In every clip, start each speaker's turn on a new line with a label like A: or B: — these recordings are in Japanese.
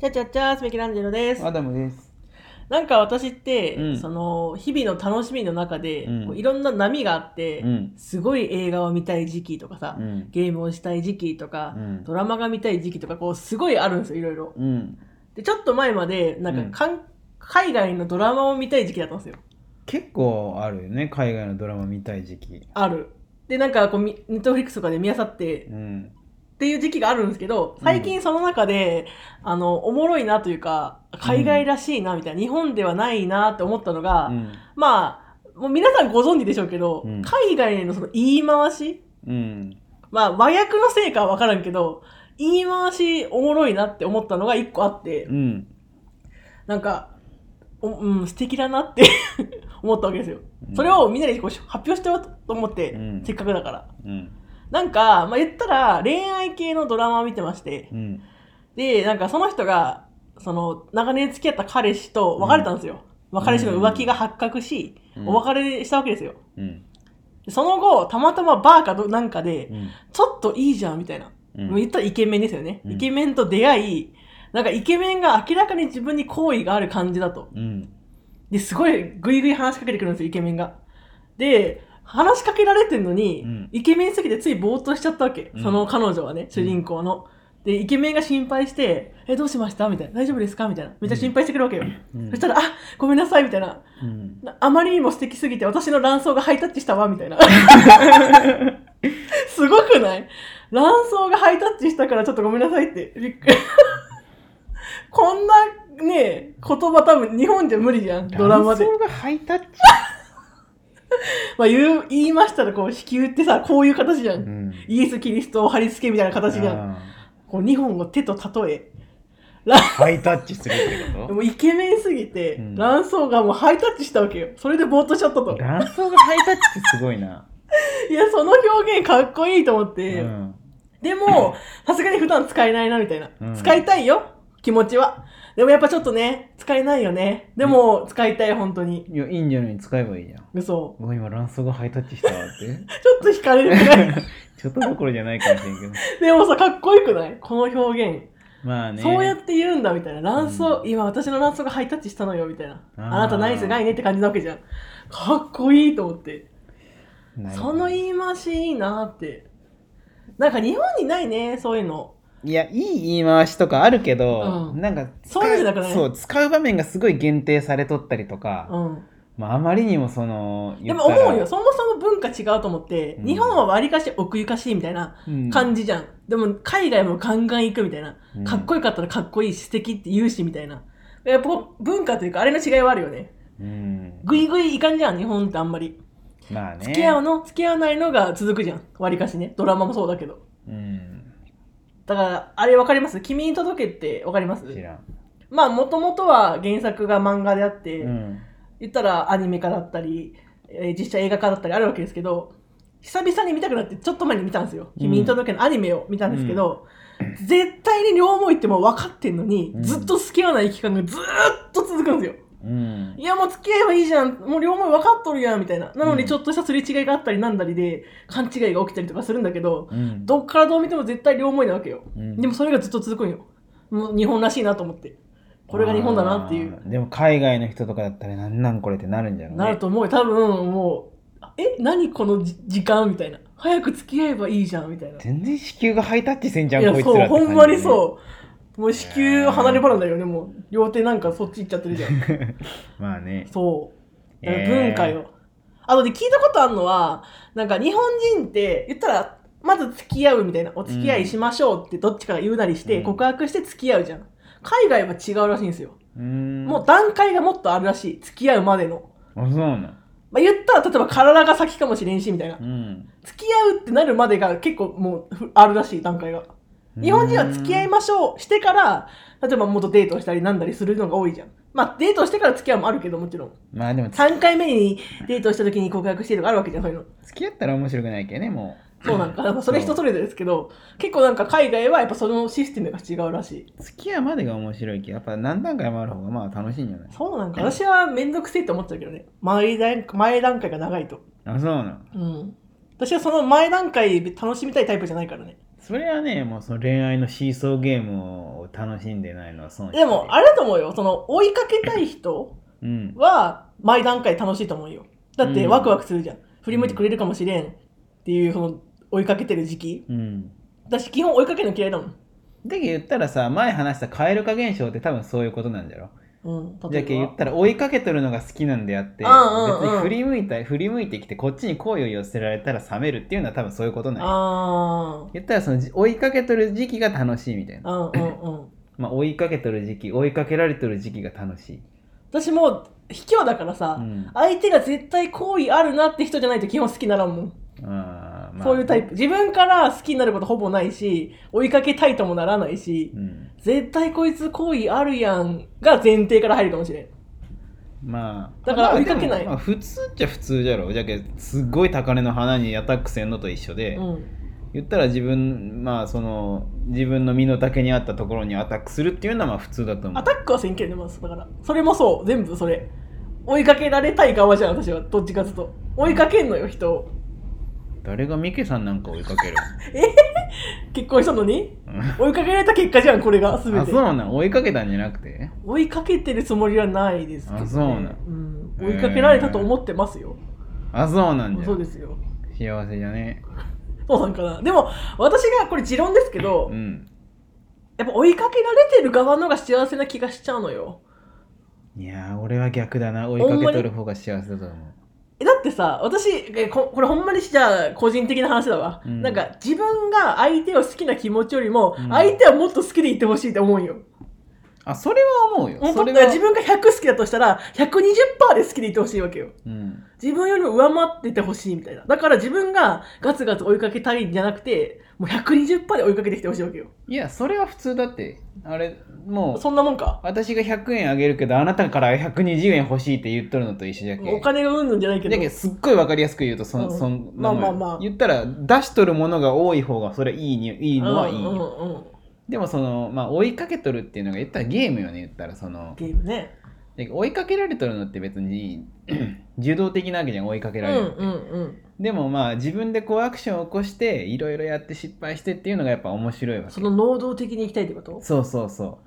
A: ちゃちゃちゃ、スメキランジェロです。
B: アダムです。
A: なんか私って、
B: うん
A: その、日々の楽しみの中で、
B: うん
A: こういろんな波があって、
B: うん。
A: すごい映画を見たい時期とかさ、
B: うん。
A: ゲームをしたい時期とか
B: う、ん。
A: ドラマが見たい時期とか、こう、すごいあるんですよ、いろいろ。
B: うん。
A: で、ちょっと前まで、なんかかん、海外のドラマを見たい時期だったんですよ。
B: 結構あるよね、海外のドラマ見たい時期。
A: ある。で、なんかこう、ネットフリックスとかで見あさって、
B: うん。
A: っていう時期があるんですけど、最近その中で、あの、おもろいなというか、海外らしいなみたいな、日本ではないなって思ったのが、
B: うん。
A: まあ、もう皆さんご存知でしょうけど、
B: うん
A: 海外のその言い回し、
B: うん。
A: まあ和訳のせいかはわからんけど、言い回しおもろいなって思ったのが一個あって、
B: うん。
A: なんか、おうん、素敵だなって 思ったわけですよ。それをみんなでこう発表してようと思って、
B: うん
A: せっかくだから。
B: うん。
A: なんか、まあ、言ったら恋愛系のドラマを見てまして、
B: うん。
A: で、なんかその人が、その、長年付き合った彼氏と別れたんですよ。彼氏の浮気が発覚し、
B: うん
A: お別れしたわけですよ。
B: うん。
A: でその後、たまたまバーかどなんかで、
B: うん。
A: ちょっといいじゃん、みたいな。
B: う
A: もう言ったらイケメンですよね。
B: うん
A: イケメンと出会い、なんかイケメンが明らかに自分に好意がある感じだと。
B: うん。
A: で、すごいグイグイ話しかけてくるんですよ、イケメンが。で、話しかけられてんのに、
B: うん
A: イケメンすぎてついぼーっとしちゃったわけ。
B: うん
A: その彼女はね、主人公の。で、イケメンが心配して、え、どうしましたみたいな。大丈夫ですかみたいな。めっちゃ心配してくるわけよ。
B: うん
A: そしたら、あ、ごめんなさい、みたいな。
B: うん。
A: なあまりにも素敵すぎて私の卵巣がハイタッチしたわ、みたい な。すごくない卵巣がハイタッチしたからちょっとごめんなさいって。びっ くりこんなね、言葉多分日本じゃ無理じゃん、ドラマで。
B: 男性がハイタッチ。
A: まあ言う、言いましたらこう、子宮ってさ、こういう形じゃん。
B: ん。
A: イエス・キリストを貼り付けみたいな形じゃん。
B: あ
A: こう、日本を手と例え。
B: ーハイタッチするってこ
A: もうイケメンすぎて、
B: うん
A: 卵巣がもうハイタッチしたわけよ。それでぼーっとしちゃった
B: と
A: と。
B: 卵巣がハイタッチってすごいな。
A: いや、その表現かっこいいと思っ
B: う
A: て。
B: ん。
A: でも、さすがに普段使えないな、みたいな。
B: うん
A: 使いたいよ、気持ちは。でもやっぱちょっとね、使えないよね。でも、使いたい、本当に。
B: いや、いいんじゃない使えばいいじゃん。
A: 嘘。
B: うわ今、卵巣がハイタッチしたわって。
A: ちょっと惹かれるく らい。
B: ちょっとどころじゃないかもしれんけど。
A: でもさ、かっこよくないこの表現。
B: まあね。
A: そうやって言うんだ、みたいな。卵巣、
B: う
A: 今私の卵巣がハイタッチしたのよ、みたいな。あ
B: あー
A: なたナイスガイねって感じなわけじゃん。かっこいいと思って。
B: なるほ
A: そ
B: ど
A: の言い回しいいなって。なんか日本にないね、そういうの。
B: いやいい言い回しとかあるけど、
A: うん
B: なんか使
A: そういうのじゃなくない
B: そう使う場面がすごい限定されとったりとか、
A: うん。
B: まあ、あまりにもその
A: でも思うよ。
B: 言っ
A: そもそも文化違うと思って、
B: うん
A: 日本はわりかし奥ゆかしいみたいな。
B: たらうん
A: 感じじゃん。でも、海外もガンガン行くみたいな
B: うん。
A: かっこよかったらかっこいいし、素敵って言うし、みたいな。やっぱ文化というか、あれの違いはあるよね。
B: うん
A: ぐいぐいいかんじゃん、日本ってあんまり。
B: まあね
A: 付き合うの、付き合わないのが続くじゃん。わりかしね。ドラマもそうだけど。
B: うん
A: だから、あれわかります君に届けってわかります
B: 知らん、
A: まあ、もともとは原作が漫画であって、
B: うん、
A: 言ったらアニメ化だったり、えー実写映画化だったりあるわけですけど久々に見たくなってちょっと前に見たんですよ「
B: うん
A: 君に届け」のアニメを見たんですけど、絶対に両思いってもう分かってんのに、
B: うん
A: ずっと付き合わない期間がずーっと続くんですよ
B: うん
A: いやもう付き合えばいいじゃんもう両思い分かっとるやんみたいななの
B: う
A: に
B: ん
A: ちょっとしたすれ違いがあったりなんだりで勘違いが起きたりとかするんだけど
B: うん
A: どっからどう見ても絶対両思いなわけよ、
B: うん
A: でもそれがずっと続くんよもう日本らしいなと思ってこれが日本だなっていう
B: あーでも海外の人とかだったらなんなんこれってなるんじゃない
A: なると思うよ多分もうえ何このじ時間みたいな早く付き合えばいいじゃんみたいな
B: 全然子宮がハイタッチせんじゃん
A: いや
B: こいつ
A: そう
B: らって感
A: ほ
B: じ、ね、
A: んまにそうもう子宮離れ離れだよねもう両手なんかそっち行っちゃってる じゃん
B: うまあね
A: そうだから
B: えー
A: 文化よ、あとで聞いたことあるのはなんか日本人って言ったらまず付き合うみたいなお付き合いしましょうってどっちかが言うなりして、
B: うん
A: 告白して付き合うじゃん海外は違うらしいんですよ、
B: うん
A: もう段階がもっとあるらしい付き合うまでの、
B: あそうなん
A: まあ、言ったら例えば体が先かもしれんしみたいな
B: うん
A: 付き合うってなるまでが結構もうふあるらしい段階が日本人は付き合いましょうしてから例えば元デートしたりなんだりするのが多いじゃんまあデートしてから付き合うもあるけどもちろん
B: まあでも
A: 3回目にデートした時に告白してとかあるわけじゃんそういうの
B: 付き合ったら面白くないけどねも
A: そうなんかなんかそれ人それぞれですけど結構なんか海外はやっぱそのシステムが違うらしいう
B: 付き合うまでが面白いけどやっぱ何段階もある方がまあ楽しいんじゃない
A: そうなんか私は面倒くせえって思っちゃうけどね前段前段階が長いと
B: あそうなん
A: うん私はその前段階楽しみたいタイプじゃないからね
B: それはね、もうその恋愛のシーソーゲームを楽しんでないのは損して
A: でも、あれだと思うよ。その、追いかけたい人
B: うん。
A: は、毎段階楽しいと思うよ。だって、
B: うん
A: ワクワクするじゃん。振り向いてくれるかもしれん。っていう、その、追いかけてる時期。
B: うん。
A: 私、基本追いかけるの嫌いだもん。
B: だけど言ったらさ、前話した蛙化現象って多分そういうことなんじゃろ。
A: うん、
B: じゃ
A: 例
B: け言
A: え
B: ったら追いかけとるのが好きなんであって、
A: うんうんうん
B: 別に振り向いた振り向いてきてこっちに好意を寄せられたら冷めるっていうのは多分そういうこと
A: ば。
B: ない。
A: あ
B: 言ったらそのじ追いかけとる時期が楽しいみたいな。
A: あ。うんうんうん。
B: まあ追いかけとる時期、追いかけられとる時期が楽しい。
A: 私もう卑怯だからさ、
B: うん。
A: 相手が絶対好意あるなって人じゃないと基本好きにならんもん、
B: あーまあ
A: そういうタイプ。自分から好きになることほぼないし追いかけたいともならないし、
B: うん。
A: 絶対こいつ好意あるやんが前提から入るかもしれん
B: まあ。
A: だから
B: まあ
A: 追いかけない
B: でもまあ普通っちゃ普通じゃろ。じゃけすっごい高嶺の花にアタックせんのと一緒で、
A: うん
B: 言ったら自分、まあその、自分の身の丈に合ったところにアタックするっていうのはまあ普通だと思
A: ア
B: う
A: タ。ックは先見でますだからそれもそう全部それ追いかけられたい側じゃん私はどっちかっつうと追いかけんのよ人を
B: 誰がミケさんなんか追いかける
A: 結婚したのに
B: うん
A: 追いかけられた結果じゃんこれが全
B: あ、
A: て
B: そうなん追いかけたんじゃなくて
A: 追いかけてるつもりはないですけど、ね、
B: あそうなん
A: ん追いかけられたと思ってますよ、
B: あ、そうなんじゃ
A: そう。ですよ
B: 幸せじゃね。
A: そうなんかなでも私がこれ持論ですけど、
B: うん。
A: やっぱ追いかけられてる側のが幸せな気がしちゃうのよ
B: いやー、俺は逆だな。追いかけとる方が幸せだと思う。
A: えだってさ私えここれほんまにじゃあ個人的な話だわ、
B: うん
A: なんか自分が相手を好きな気持ちよりも、
B: うん
A: 相手はもっと好きでいてほしいと思うよ
B: あ、それは思うよ。
A: 本
B: そ
A: 当
B: れ
A: だ
B: は
A: から自分が100好きだとしたら120%で好きでいてほしいわけよ
B: うん。
A: 自分よりも上回っててほしいみたいなだから自分がガツガツ追いかけたいんじゃなくてもう120%で追いかけてきてほしいわけよ
B: いや、それは普通だって。あれ、もう、
A: そんなもんか
B: 私が100円あげるけど、あなたから120円欲しいって言っとるのと一緒じゃけ。
A: お金がうんぬんじゃないけ
B: だ
A: ど
B: けど、すっごいわかりやすく言うと、そ,、
A: うん
B: そん
A: まあまあ
B: なもん
A: まあ
B: 言ったら、出しとるものが多い方が、それはいいにいいのはいいよ。
A: うんうんうん
B: でもその、まあ、追いかけとるっていうのが言ったらゲームよね言ったらその
A: ゲームね
B: で追いかけられとるのって別に 受動的なわけじゃん追いかけ
A: うん
B: ら
A: う
B: れ
A: ん
B: る、
A: うん
B: でもまあ自分でこうアクションを起こしていろいろやって失敗してっていうのがやっぱ面白いわけ
A: その能動的に行きたいってこと
B: そうそうそ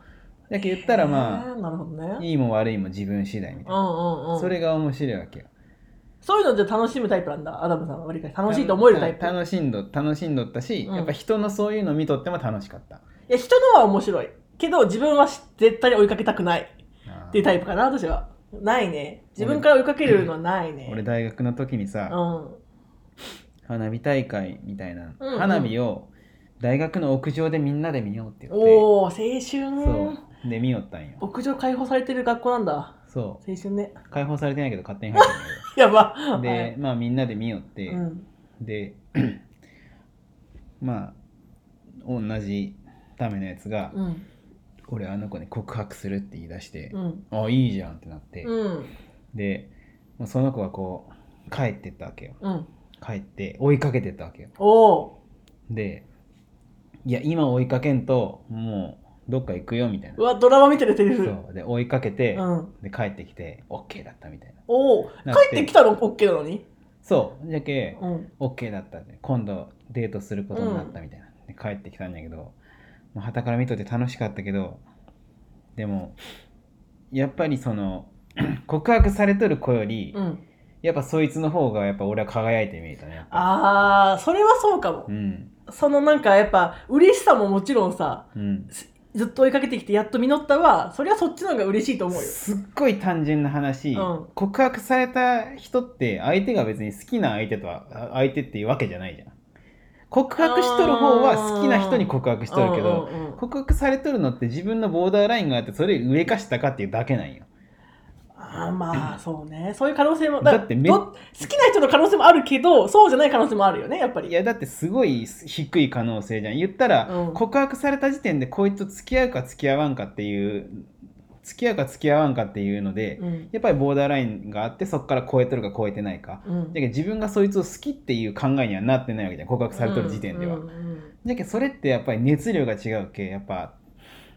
B: うだけど言ったらま
A: へーなるほど
B: あ
A: ね
B: いいも悪いも自分次第み
A: う
B: たいな、
A: んうんうん
B: それが面白いわけよ
A: そういうのじゃ楽しむタイプなんだアダムさんは割りか楽しいと思えるタイプ
B: た楽しんど楽しんどったし、
A: うん
B: やっぱ人のそういうの見とっても楽しかった
A: いや人のは面白いけど自分はし絶対に追いかけたくないっ
B: あー
A: ていうタイプかな私はないね自分から追いかけるのはないね
B: 俺大学の時にさ、
A: うん
B: 花火大会みたいな、
A: うんうん
B: 花火を大学の屋上でみんなで見ようって言って
A: おお青春
B: そうで見よったんよ
A: 屋上開放されてる学校なんだ
B: そ
A: 青春ね
B: う解放されてないけど勝手に入ったんだ
A: やば
B: けどで、まあみんなで見よって、
A: はいうん
B: で まあ同じためのやつが、
A: うん
B: 俺あの子に告白するって言い出して
A: う、ん
B: あいいじゃんってなって、
A: うん
B: でもうその子がこう帰ってったわけよ
A: うん
B: 帰って追いかけてったわけよ
A: おお
B: で、いや、今追いかけんと、もう、どっか行くよ、みたいな
A: う。わドラマ見てるセリフ
B: そう。で、追いかけて、
A: うん
B: で、帰ってきて、OK だったみたいな。
A: おお
B: なって
A: 帰ってきたの OK なのに
B: そう。じゃけ、
A: うん、
B: OK だったんで、今度デートすることになったみたいな。で、帰ってきたんだけど、まあ、旗から見とって楽しかったけど、でも、やっぱりその、 告白されとる子より、
A: うん、
B: やっぱそいつの方が、やっぱ俺は輝いて見えたね。やっぱ
A: あーそれはそうかも、
B: うん。
A: そのなんかやっぱ嬉しさももちろんさ
B: うん。
A: ずっと追いかけてきてやっと実ったはそれはそっちの方が嬉しいと思うよ
B: すっごい単純な話、
A: うん
B: 告白された人って相手が別に好きな相手とはあ相手っていうわけじゃないじゃん告白しとる方は好きな人に告白しとるけど
A: うんうんうん
B: 告白されとるのって自分のボーダーラインがあってそれ上か下かっていうだけなんよ
A: あーまあそうねそういう可能性も
B: だってめ
A: ど好きな人の可能性もあるけどそうじゃない可能性もあるよねやっぱり
B: いやだってすごい低い可能性じゃん言ったら、
A: うん
B: 告白された時点でこいつと付き合うか付き合わんかっていう付き合うか付き合わんかっていうので、
A: うん
B: やっぱりボーダーラインがあってそこから超えとるか超えてないか
A: うん
B: だけど自分がそいつを好きっていう考えにはなってないわけじゃん告白されてる時点では。
A: うんうん
B: だけどそれってやっぱり熱量が違うけやっぱ、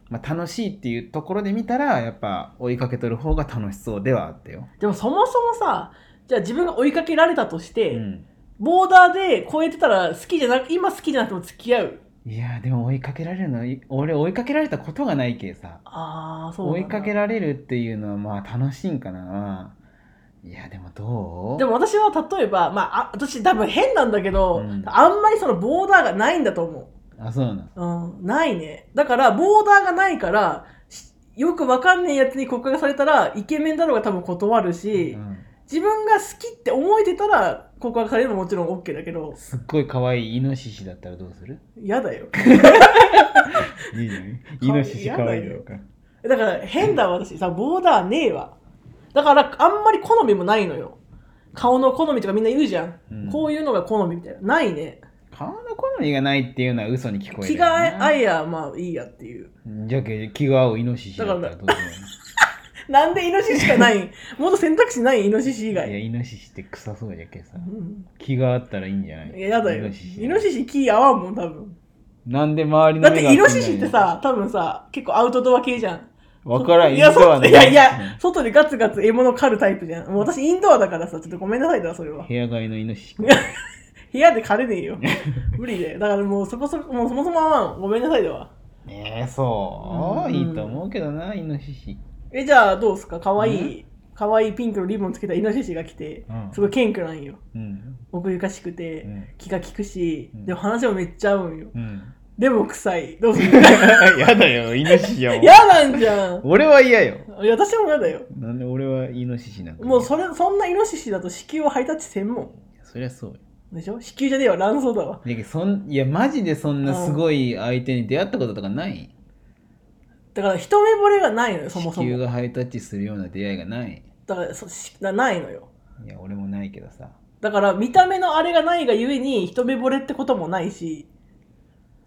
B: まあ、楽しいっていうところで見たらやっぱ追いかけとる方が楽しそうではあったよ。
A: でもそもそもさじゃあ自分が追いかけられたとして、
B: うん
A: ボーダーで超えてたら好きじゃなく今好きじゃなくても付き合う
B: いやーでも追いかけられるのい俺追いかけられたことがないけさ
A: ああそうなん
B: 追
A: だ
B: いかけられるっていうのはまあ楽しいんかないやでもどう
A: でも私は例えば、まあ、あ私多分変なんだけど、
B: うん
A: あんまりそのボーダーがないんだと思
B: あそうなの
A: う、うん、ないねだからボーダーがないからしよくわかんねえやつに告白されたらイケメンだろうが多分断るし、
B: うん
A: 自分が好きって思えてたら告白されるのももちろん OK だけど
B: すっごい可愛いイノシシだったらどうする
A: 嫌だよ
B: いいねイ
A: 可愛い
B: ノシシ可愛いのか
A: だから変だわ私さボーダーねえわだからあんまり好みもないのよ顔の好みとかみんな言うじゃん、
B: うん
A: こういうのが好みみたいなないね
B: 顔の好みがないっていうのは嘘に聞こえる
A: 気
B: よな
A: が合えやまあいいやっていう
B: じゃけ気が合うイノシシだったらどうする
A: なんでイノシシしかない もっと選択肢ないイノシシ以
B: いや
A: 外
B: イノシシって臭そうじゃけ
A: う
B: さ
A: ん
B: 気があったらいいんじゃない
A: いややだよ
B: イ
A: イ
B: ノ
A: ノ
B: シ
A: シ
B: シ
A: シ気合わんもん多分
B: なんで周りの
A: だっ
B: 目が
A: てイノシシってさ多分さ結構アウトドア系じゃん
B: わからん
A: いや
B: インドア
A: そ
B: の
A: いやいや外でガツガツ獲物狩るタイプじゃんもう私インドアだからさちょっとごめんなさいだわそれは
B: 部屋買いのイノシシ
A: 部屋で狩れねえ よ無理でだからもうそこそこもうそもそも合わんごめんなさいだわ
B: えー、そう、
A: うん
B: いいと思うけどなイノシシ
A: えじゃあどうすかかわいいかわいいピンクのリボンつけたイノシシが来て
B: うん
A: すごい謙虚なんよ
B: うん
A: 奥ゆかしく
B: う
A: て
B: ん
A: 気が利くし
B: うん
A: でも話もめっちゃ合うんよ
B: うん
A: でも臭いどうする
B: やだよイノシシやもん
A: 嫌なんじゃん
B: 俺は嫌よ
A: いや私も嫌だよ
B: なんで俺はイノシシなんか
A: もうそれそんなイノシシだと子宮をハイタッチせんも
B: そりゃそうよ
A: んでしょ子宮じゃねえわ卵巣だわ
B: だけどそんいやマジでそんなすごい相手に出会ったこととかない
A: だから一目惚れがないのよそもそ
B: 地球
A: も
B: がハイタッチするような出会いがない
A: だからそしだないのよ
B: いや俺もないけどさ
A: だから見た目のあれがないがゆえに一目惚れってこともないし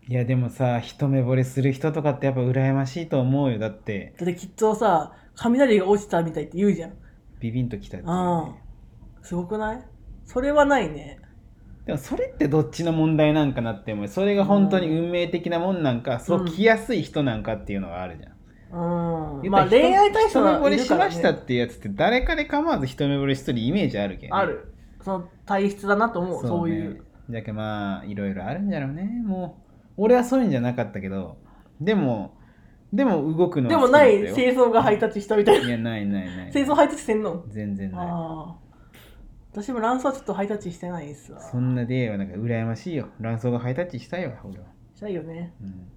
B: いやでもさ一目惚れする人とかってやっぱ羨ましいと思うよだって
A: だってきっとさ雷が落ちたみたいって言うじゃん
B: ビビンときたっていう
A: あ
B: ね
A: すごくないそれはないね
B: でもそれってどっちの問題なんかなって思うそれが本当に運命的なもんなんか、そう来やすい人なんかっていうのがあるじゃん、
A: うん
B: 言
A: まあ
B: ったら人
A: 恋愛対象
B: 一目惚
A: はい
B: れ
A: る
B: し
A: から、
B: ま
A: ね、
B: したっていうやつって誰かで構わず一目惚れしとるイメージあるけどね、
A: あるその体質だなと思うそう
B: ね
A: いう
B: じゃけまあいろいろあるんじゃろうねもう俺はそういうんじゃなかったけどでもでも動くの
A: で
B: は好
A: も
B: きだ
A: な
B: った
A: い
B: よ
A: 清掃がハイタッチしたみたいない
B: やないないない
A: 清掃ハイタッチしてんの
B: 全然ない
A: ああ私も卵巣はちょっとハイタッチしてないですわ
B: そんな出会いはなんか羨ましいよ卵巣がハイタッチしたいわ俺は、
A: したいよね
B: うん